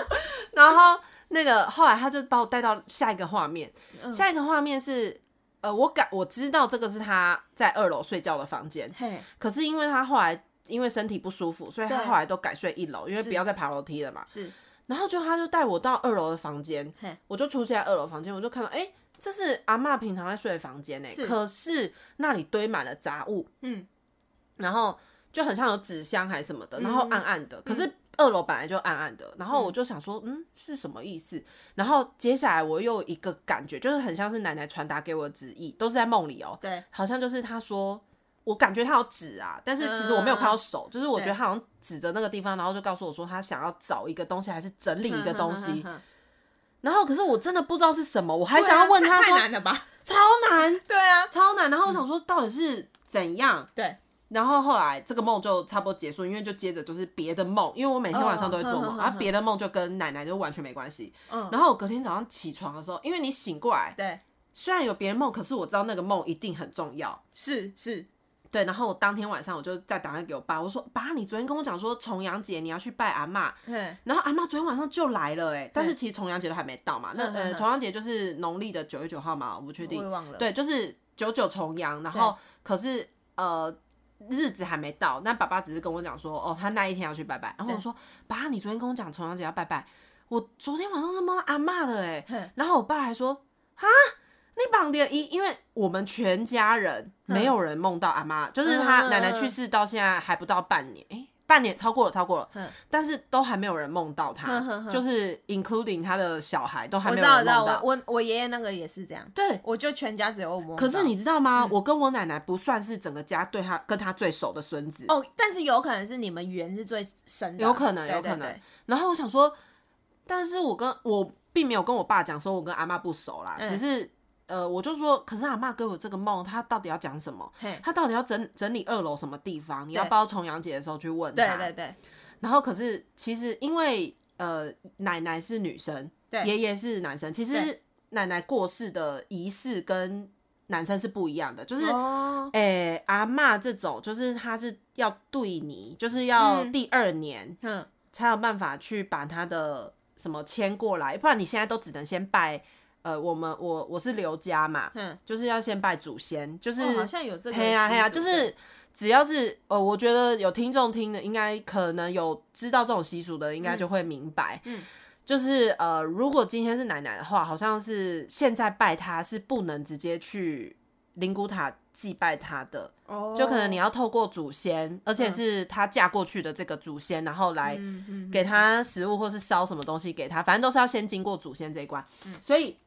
然后那个后来他就把我带到下一个画面，嗯下一个画面是，呃，我感我知道这个是他在二楼睡觉的房间，嘿，可是因为他后来因为身体不舒服，所以他对后来都改睡一楼，因为是不要再爬楼梯了嘛。是然后就他就带我到二楼的房间嘿，我就出现在二楼房间，我就看到哎、诶这是阿嬷平常在睡的房间呢、是可是那里堆满了杂物，嗯，然后就很像有纸箱还是什么的，然嗯后暗暗的，可是。二楼本来就暗暗的，然后我就想说，嗯，是什么意思？然后接下来我又有一个感觉，就是很像是奶奶传达给我的旨意，都是在梦里哦、对，好像就是他说，我感觉他有指啊，但是其实我没有看嗯到手，就是我觉得他好像指着那个地方，然后就告诉我说他想要找一个东西，还是整理一个东嗯西。然后可是我真的不知道是什么，我还还想要问他啊太说，难了吧？超难，对啊，超难。然后我想说到底是怎样？对，然后后来这个梦就差不多结束，因为就接着就是别的梦，因为我每天晚上都会做哦哼梦，哼然后别的梦就跟奶奶就完全没关系。嗯然后我隔天早上起床的时候，因为你醒过来，对，虽然有别的梦，可是我知道那个梦一定很重要，是是，对，然后我当天晚上我就再打电话给我爸，我说爸，你昨天跟我讲说重阳节你要去拜阿嬷，嘿，然后阿嬷昨天晚上就来了哎、但是其实重阳节都还没到嘛，那嗯嗯呃嗯重阳节就是农历的九月九号嘛，我不确我也定，忘了，对，就是九九重阳，然后可是呃日子还没到，那爸爸只是跟我讲说哦他那一天要去拜拜，然后我对说爸，你昨天跟我讲重阳节要拜拜，我昨天晚上就梦到阿嬷了哎、嘿，然后我爸还说啊，你绑的一，因为我们全家人没有人梦到阿妈，就是嗯嗯他嗯奶奶去世到现在还不到半年，诶，半年超过了，超过了，嗯但是都还没有人梦到他，哼哼哼就是 including 他的小孩都还我没知有道，我人知梦道，到。我我我爷爷那个也是这样，对，我就全家只有我梦到。可是你知道吗？嗯我跟我奶奶不算是整个家对她跟她最熟的孙子，哦，但是有可能是你们缘是最深的啊，有可能，对有可对能对。然后我想说，但是我跟我并没有跟我爸讲说我跟阿妈不熟啦，嗯只是呃，我就说，可是阿妈给我这个梦，她到底要讲什么嘿？她到底要整整理二楼什么地方？你要对不要重阳节的时候去问对她？对对然后可是其实因为呃，奶奶是女生，对爷爷是男生，其实对奶奶过世的仪式跟男生是不一样的，就是。哦，诶、阿嬷这种就是她是要对你，就是要嗯第二年，嗯，才有办法去把他的什么迁过来，不然你现在都只能先拜，呃，我们我我是刘家嘛，嗯就是要先拜祖先，就是、哦好像有这个习俗，嘿呀嘿呀，就对是只要是呃，我觉得有听众听的，应该可能有知道这种习俗的，应该就会明白，嗯就是呃，如果今天是奶奶的话，好像是现在拜她是不能直接去灵骨塔祭拜她的，哦，就可能你要透过祖先，而且是她嫁过去的这个祖先，然后来嗯嗯，给他食物或是烧什么东西给他，反正都是要先经过祖先这一关。嗯所以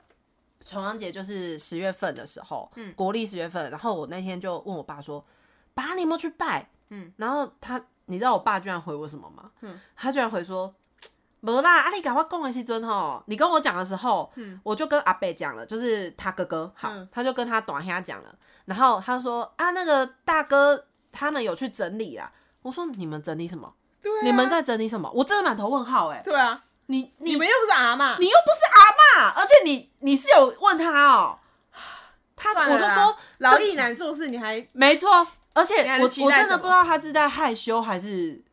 重阳节就是十月份的时候，嗯国历十月份。然后我那天就问我爸说：“爸，你有没有去拜？”嗯，然后他，你知道我爸居然回我什么吗？嗯，他居然回说。没啦，阿丽赶快跟我西尊吼，你跟我讲的时候，我就跟阿贝讲了，就是他哥哥，好，嗯他就跟他短瞎讲了，然后他说啊，那个大哥他们有去整理啦，我说你们整理什么？对啊你们在整理什么？我真的满头问号哎、对啊，你你你们又不是阿嘛，你又不是阿妈，而且你你是有问他哦、 他算我了就啦说劳这力难做事，你还没错，而且你还我能我期待真的什么不知道他是在害羞还是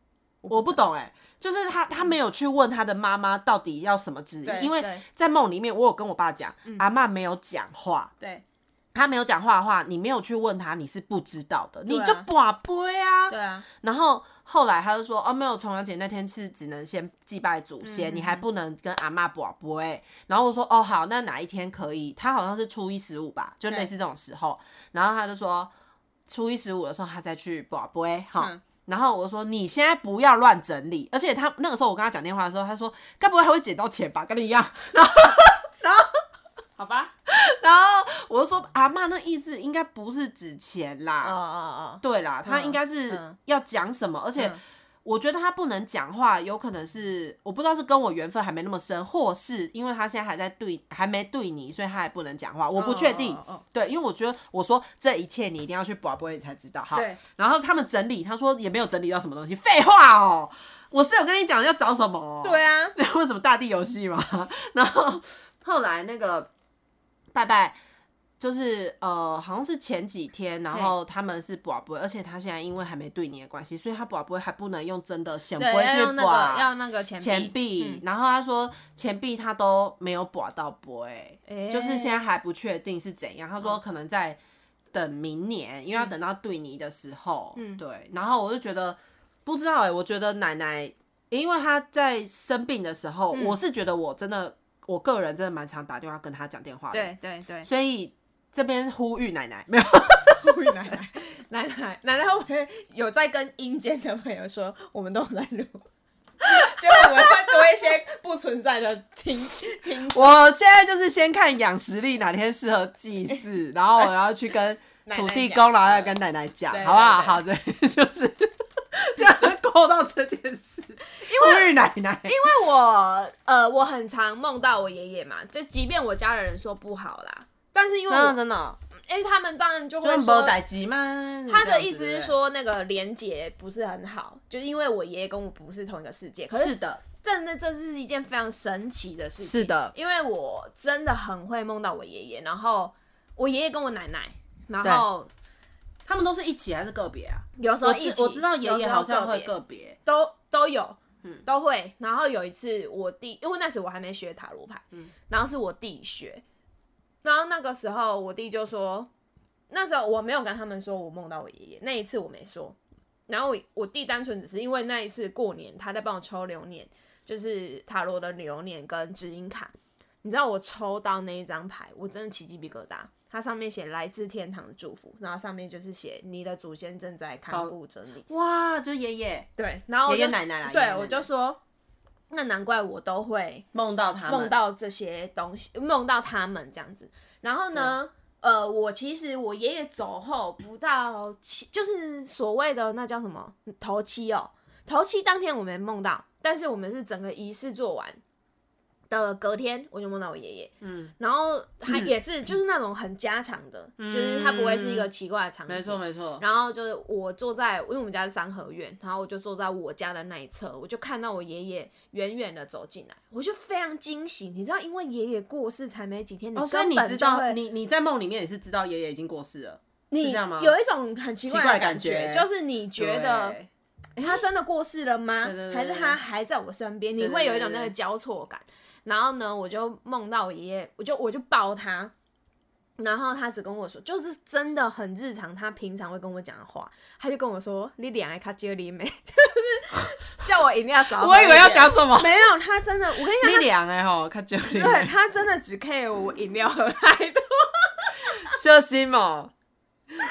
我不懂哎、就是他他没有去问他的妈妈到底要什么旨嗯对意，因为对嗯在梦里面我有跟我爸讲，阿妈没有讲话，对他没有讲话的话，你没有去问他，你是不知道的，你对啊就寡杯啊，对啊，然后后来他就说，哦，没有，重阳节那天是只能先祭拜祖嗯先，你还不能跟阿妈卜卜哎。然后我说，哦，好，那哪一天可以？他好像是初一十五吧，就类似这种时候。然后他就说，初一十五的时候他再去卜卜哎，哈。嗯然后我说你现在不要乱整理，而且他那个时候我跟他讲电话的时候，他说该不会还会捡到钱吧，跟你一 样。然后，然后好吧，然后我就说阿妈那意思应该不是指钱啦，哦哦哦，对啦，他嗯应该是嗯要讲什么，而且嗯我觉得他不能讲话，有可能是我不知道是跟我缘分还没那么深，或是因为他现在还在对还没对你，所以他还不能讲话，我不确定。哦哦哦对，因为我觉得我说这一切你一定要去卜卜你才知道。好对，然后他们整理，他说也没有整理到什么东西，废话哦，我是有跟你讲要找什么哦、对啊， 那 为什么大地游戏嘛？然后后来那个拜拜，就是呃，好像是前几天，然后他们是卜杯，而且他现在因为还没对你的关系，所以他卜杯还不能用真的显对，杯要去用那卜个要那个钱嗯钱币，然后他说钱币他都没有卜到杯，哎哦就是现在还不确定是怎样。他说可能在等明年，因为要嗯等到对你的时候，对。然后我就觉得不知道哎、我觉得奶奶，因为她在生病的时嗯候，我是觉得我真的，我个人真的蛮常打电话跟她讲电话的，对对对， 所以这边呼吁奶奶，没有，呼吁奶奶，奶奶，奶奶会不会有在跟阴间的朋友说，我们都有在录， 就我们会多一些不存在的 听听众我现在就是先看养实力哪天适合祭 祀，然后我要去跟奶奶土讲地公，然后要跟奶奶讲对，好不好？对对好，这就是这样够到这件事， 因为奶奶，因为我呃，我很常梦到我爷爷嘛，就即便我家人说不好啦，但是因为我，真的因为他们当然就就会是说没，代志嘛。他的意思是说那个连结不是很好，就是因为我爷爷跟我不是同一个世界，可这样子，是是的，真的，这是一件非常神奇的事情。是的因为我真的很会梦到我爷爷，然后我爷爷跟我奶奶，然后他们都是一起还是个别啊？有时候我一知起，我知道爷有爷时候好像会别个别，都都有，都会。然后有一次我弟，因为那时我还没学塔罗牌，然后是我弟学，然后那个时候我弟就说，那时候我没有跟他们说我梦到我爷爷，那一次我没说。然后我我弟单纯只是因为那一次过年，他在帮我抽流年，就是塔罗的流年跟指引卡。你知道我抽到那一张牌，我真的起鸡皮疙瘩。它上面写来自天堂的祝福，然后上面就是写你的祖先正在看顾着你。哇，就是爷爷对，然后我就爷爷奶奶啦爷爷奶对奶我就说，那难怪我都会梦到他梦们，到这些东西，梦到他们这样子。然后呢，呃，我其实我爷爷走后不到七，就是所谓的那叫什么头七哦，头七当天我没梦到，但是我们是整个仪式做完。的隔天我就梦到我爷爷，嗯，然后他也是就是那种很家常的，就是他不会是一个奇怪的场景，嗯没错没错，然后就是我坐在，因为我们家是三合院，然后我就坐在我家的那一侧，我就看到我爷爷远远的走进来，我就非常惊喜。你知道，因为爷爷过世才没几天，哦，所以根你本知就道，会你你在梦里面也是知道爷爷已经过世了，你是这样吗？有一种很奇怪奇怪的的感觉，觉就是你觉得对诶他真的过世了吗？对对对还是他还在我身边？你对会有一种对那对个交错感。然后呢，我就梦到我爷爷，我就我就抱他，然后他只跟我说，就是真的很日常，他平常会跟我讲的话，他就跟我说：“你脸还卡接里没？” 就是叫我饮料少。我以为要讲，什么，没有，他真的，我跟你讲你凉哎吼，看九零，他，对他真的只 care 我饮料喝太 多，小心哦，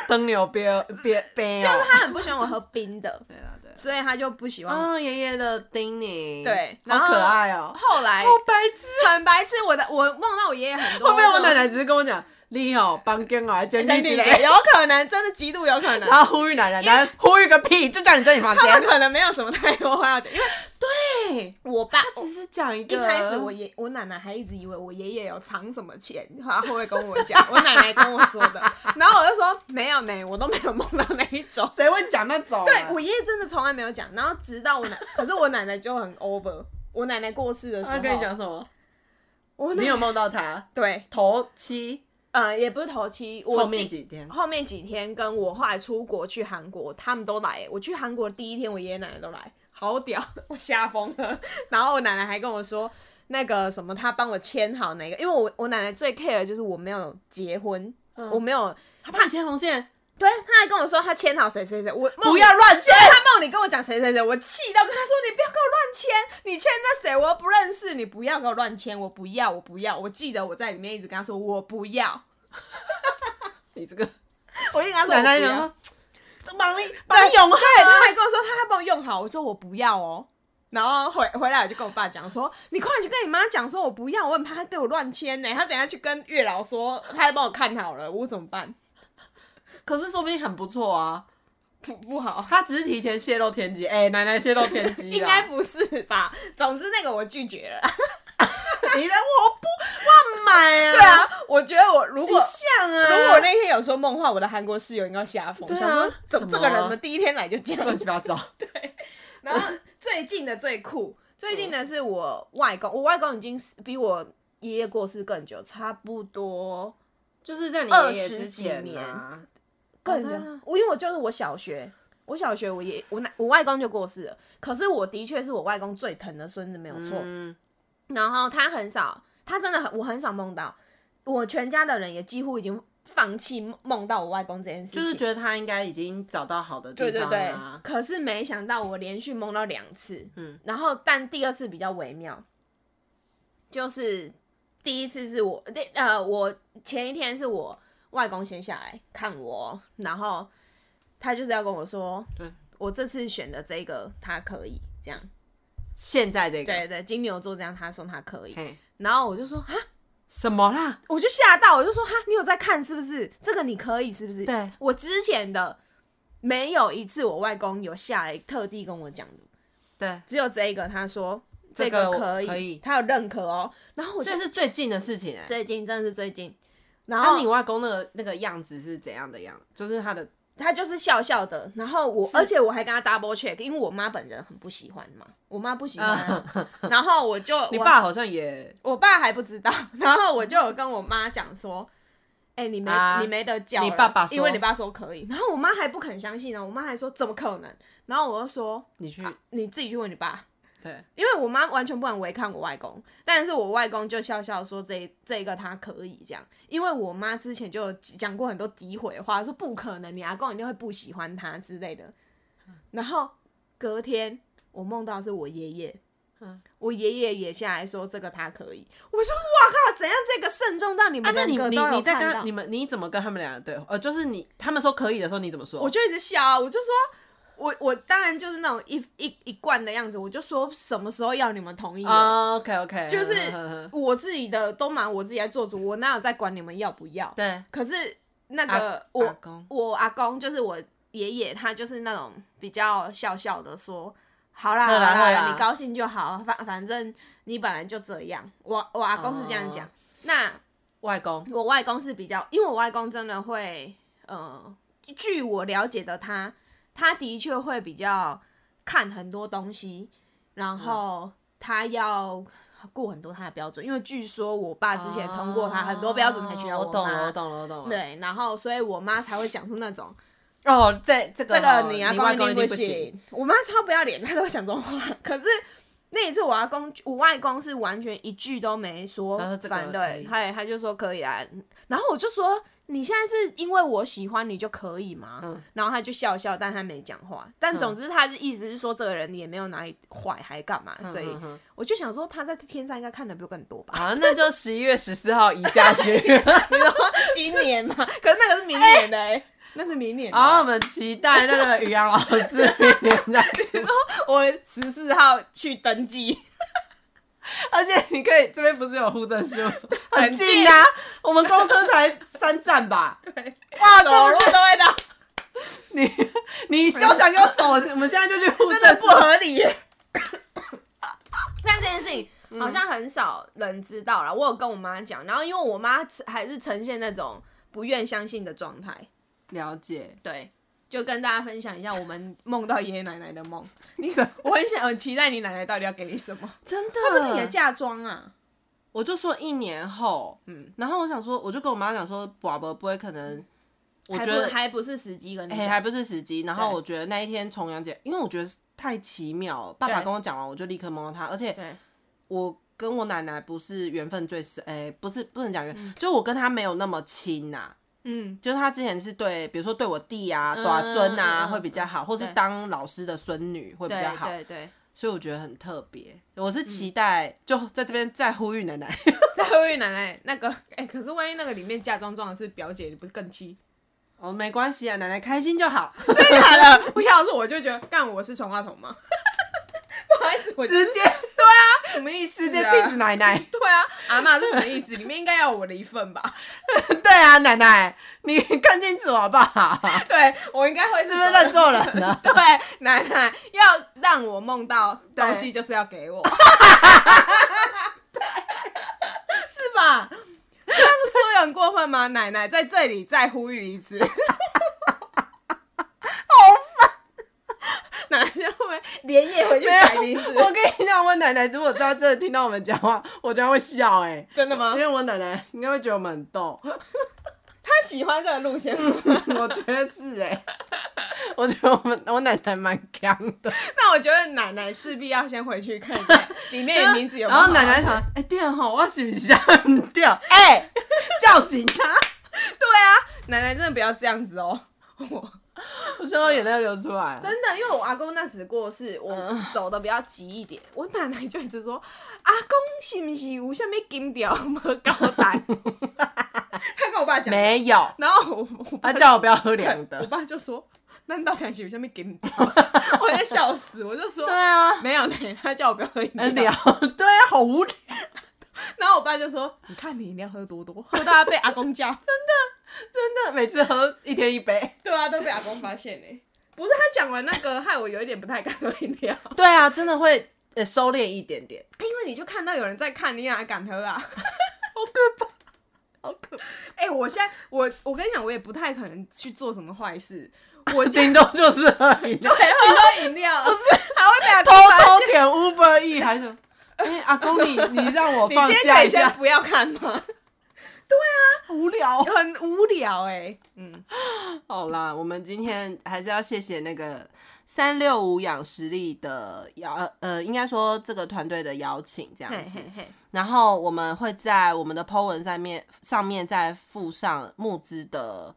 灯牛别别别，就就是他很不喜欢我喝冰的，对啊对啊，所以他就不喜欢我。哦爷爷的叮咛，对然好后可爱哦，后来好白痴，很白痴，我的我梦到我爷爷很多，后面我奶奶只是跟我讲，你哦帮跟啊，捐真进的去有可能，真的极度有可能。然后呼吁奶奶，奶奶呼吁个屁，就叫你在你房他们间，可能没有什么太多话要讲，因为对，我爸我只是讲一一个，开始我爷我奶奶还一直以为我爷爷有藏什么钱，他会跟我讲，我奶奶跟我说的，然后我就说没有呢，我都没有梦到那一种。谁会讲那种啊，对我爷爷真的从来没有讲，然后直到我奶，可是我奶奶就很 over。我奶奶过世的时候，他跟你讲什么？我奶你有梦到他对，头七呃，也不是头七，我后弟面几天？后面几天跟我后来出国去韩国，他们都来欸、我去韩国第一天，我爷爷奶奶都来，好屌， 我吓疯了。然后我奶奶还跟我说，那个什么，她帮我签好哪个，因为我我奶奶最 care 的就是我没有结婚，嗯我没有。他怕你牵红线，对，她还跟我说她签好谁谁谁，我不要乱牵。她梦里跟我讲谁谁谁，我气到跟她说你不要给我乱签，你签那谁我又不认识，你不要给我乱签，我不要我不要。我记得我在里面一直跟她说我不要，你这个 我一直跟她说奶我不奶要想说，这帮你 帮你 用好对，他啊，还跟我说他还帮我用好，我说我不要哦。 然后回回来我就跟我爸讲说，你快点去跟你妈讲，说我不要，我很怕她对我乱签呢。她等一下去跟月老说，她还帮我看好了，我怎么办？ 可是说不定很不错啊。不不好，他只是提前泄露天机，哎、奶奶泄露天机啦，啊 应该不是吧？总之那个我拒绝了啦。 你在我不乱买啊，对，啊，我觉得我如果像啊，如果那天有说梦话，我的韩国室友应该吓疯，对啊想说怎什么么这啊个人怎么第一天来就这样乱七八糟， 然后最近的最酷，最近的是我外公，我外公已经比我爷爷过世更久，差不多就是在你爷爷之前20几啊年，哦更对啊远。我因为我就是我小学，我小学我爷我奶我外公就过世了，可是我的确是我外公最疼的孙子，没有错。嗯，然后他很少，他真的很我很少梦到，我全家的人也几乎已经放弃梦梦到我外公这件事情，就是觉得他应该已经找到好的对地对方对了啊，。可是没想到我连续梦到两次，嗯嗯，然后但第二次比较微妙，就是第一次是我，那呃，我前一天是我外公先下来看我，然后他就是要跟我说，对我这次选的这个他可以这样，现在这个，对对，金牛座这样，他说他可以，嘿，然后我就说啊，什么啦？我就吓到，我就说哈，你有在看是不是？这个你可以是不是？对，我之前的没有一次我外公有下来特地跟我讲的，对，只有这一个他说这这个个可以，可以他有认可哦。然后我就这是最近的事情哎、最近真的是最近，然那后你外公那个那个样子是怎样的样？就是他的他就是笑笑的，然后我而且我还跟他 double check，因为我妈本人很不喜欢嘛，我妈不喜欢啊、 然后我就你我爸好像也我爸还不知道，然后我就有跟我妈讲说，哎、你没、嗯啊你没得叫了，你爸爸说因为你爸说可以，然后我妈还不肯相信呢，哦我妈还说怎么可能，然后我就说你去、你自己去问你爸，对，因为我妈完全不敢违抗我外公，但是我外公就笑笑说这这个他可以这样，因为我妈之前就有讲过很多诋毁的话，说不可能，你阿公一定会不喜欢他之类的。嗯然后隔天我梦到是我爷爷，嗯我爷爷也下来说这个他可以，我说哇靠，怎样这个慎重到你啊，们那两你个都你有你在看到跟你们你怎么跟他们俩对话？呃，就是你他们说可以的时候你怎么说？我就一直笑啊，我就说。我我当然就是那种一一一贯的样子，我就说什么时候要你们同意了啊、o k OK，就是 呵呵我自己的都拿我自己来做主，我哪有在管你们要不要？对可是那个我阿啊公我阿公就是我爷爷，他就是那种比较笑笑的说。好啦好好啦啦，好啦你高兴就好，反反正你本来就这样。我我阿公是这样讲，哦那外公，我外公是比较，因为我外公真的会，呃，据我了解的他，他的确会比较看很多东西，然嗯后他要过很多他的标准，因为据说我爸之前通过他很多标准才娶到哦我懂了，妈，我懂了，我懂了。，对，然后所以我妈才会讲出那种哦，这这个这个你你阿外公公定不行，行。我妈超不要脸，她都会讲这种话。可是那一次我阿公，我外公是完全一句都没说他说这个反可以对，他也他就说可以啊。然后我就说你现在是因为我喜欢你就可以吗？嗯然后他就笑笑，但他没讲话。但总之他是意思是说这个人也没有哪里坏，还干嘛？所以嗯嗯我就想说他在天上应该看的比我更多吧。 啊，那就十一月十四号宜家学院，你说今年嘛，可是那个是明年的、欸。那是明年的欸好，我们期待那个于洋老师明年再 见。我十四号去登记，而且你可以这边不是有户政事务所，很很近近啊，我们公车才三站吧。对，哇，走这么路都会到。你 你休想给我走，我们现在就去户 政真的事不务所。合理耶。 嗯但这件事情好像很少人知道啦，我有跟我妈讲，然后因为我妈还是呈现那种不愿相信的状态，了解，对，就跟大家分享一下我们梦到爷爷奶奶的梦。 你我很想很期待你奶奶到底要给你什么，真的， 会不会是你的嫁妆啊？我就说一年后，嗯嗯，然后我想说，我就跟我妈讲说，宝宝不会可能，我还觉不得还不是时机跟你哎、讲，还不是时机。然后对我觉得那一天重阳节，因为我觉得太奇妙了，爸爸对跟我讲完，我就立刻梦到他，而且对我跟我奶奶不是缘分最深，哎、不是不能讲缘，就我跟她没有那么亲呐、嗯，就是她之前是对，比如说对我弟啊、嗯大孙啊、嗯嗯会比较好，或是对当老师的孙女会比对较好，对对， 所以我觉得很特别。我嗯是期待，就在这边再呼吁奶 奶，在呼吁奶奶那个，哎、可是万一那个里面嫁妆装的是表姐，你不是更气？哦，没关系啊，奶奶开心就 好，真的假的？我要是我就觉得，干我是传话筒吗？ 不好意思，我直接什么意思、啊？直接 diss 奶奶。 对啊，阿妈是什么意思？里面应该要有我的一份吧？ 对啊，奶奶，你看清楚好不好？ 对，我应该会是不是认错人啊了？ 对，奶奶要让我梦到东西，就是要给我， 是吧？这样说有很过分吗？奶奶在这里再呼吁一次，好 烦！奶奶就会连夜回去改名字，我跟你讲，我奶奶如果她真的听到我们讲话，我觉得她会笑哎、 真的吗因？为我奶奶应该会觉得我们很逗。 喜欢这个路线吗，我觉得是哎、我觉得我们我奶奶蛮强的。 那我觉得奶奶势必要先回去看一 看里面的哎名字有没然有。后奶奶想，，哎、电吼，我洗一下掉，哎、叫醒他，奶奶真的不要这样子哦。我 我笑到眼泪流出来了。真的，因为我阿公那时过世，我走的比较急一点，我奶奶就一直说：“阿公是不是有啥物金条没交代？” 他跟我爸讲，没 有，然后我我爸他叫我不要喝对凉我的。爸就说：“那到底是有啥物金条？” 我就笑死，我 就 说对啊，：“ 没有奶奶，他叫我不要喝饮很料聊， 对啊，好无聊。然后我爸就说：“你看你饮料喝多多，喝到他被阿公叫。真的，每次喝一天一杯。”对啊，都被阿公发现呢、欸 不是他讲完那个，害我有一点不太敢喝饮料，对啊，真的会呃收敛一点点， 因为你就看到有人在看，你哪敢 喝啊？好可 怕。哎、我现在我我跟你讲，我也不太可能去做什么坏事， 我 就顶多就是 喝饮就料， 会喝喝饮料，不是还会被阿偷公发偷现。点 Uber E 还 是？哎、阿公你，你让我你放今天假可以一先下，不要看吗？无聊。 很无聊哎、嗯， 好啦，我们今天还是要谢谢那个三六五养实力的邀呃呃，应该说这个团队的邀请这样子。嘿，然后我们会在我们的 po 文上面上面再附上募资的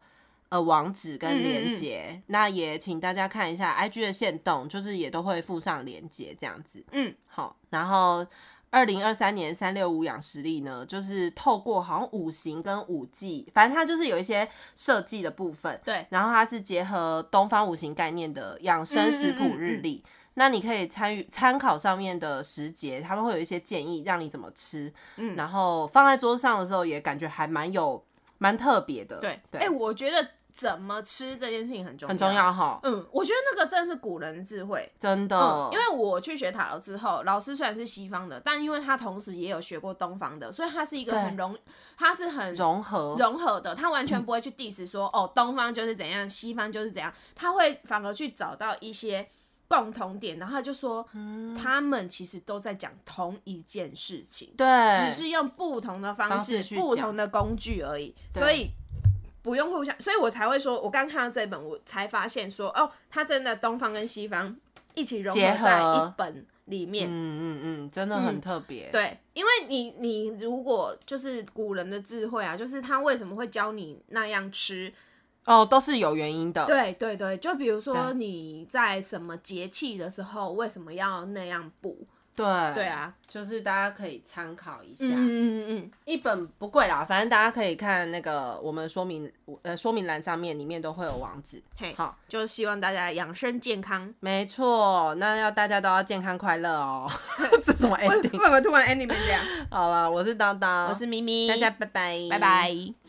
呃网址跟连接，那也请大家看一下 IG 的线动，就是也都会附上连接这样子。嗯，好，然后。二零二三年三六五养实力呢，就是透过好像五行跟五季，反正它就是有一些设计的部分，对，然后它是结合东方五行概念的养生食谱日嗯历。那你可以参与参考上面的时节，他们会有一些建议让你怎么吃，嗯然后放在桌上的时候也感觉还蛮有蛮特别的，对，对，哎、我觉得怎么吃这件事情很重要，很重。要哈，嗯，我觉得那个真的是古人智慧，真的，嗯，因为我去学塔罗之后，老师虽然是西方的，但因为他同时也有学过东方的，所以他是一个对很融，他是很融合，融合的，他完全不会去 diss 说、哦东方就是怎样，西方就是怎样，他会反而去找到一些共同点，然后他就说、嗯他们其实都在讲同一件事情，对，只是用不同的方方式、式去不讲同的工具而已，对所以不用互相，所以我才会说，我刚看到这本，我才发现说，哦，它真的东方跟西方一起融合结合在一本里面。嗯嗯嗯，真的很特别，对，因为你你如果就是古人的智慧啊，就是他为什么会教你那样吃？哦，都是有原因的，对对对，就比如说对你在什么节气的时候，为什么要那样补？对对，啊，就是大家可以参考一下，嗯嗯嗯嗯，一本不贵啦，反正大家可以看那个我们说明呃说明栏上面里面都会有网址。嘿，好，就希望大家养生健康。没错，那要大家都要健康快乐 哦。 这什么为为 ending？什么突然 ending 变这样？好了，我是当当，我是咪咪，大家拜拜，拜拜。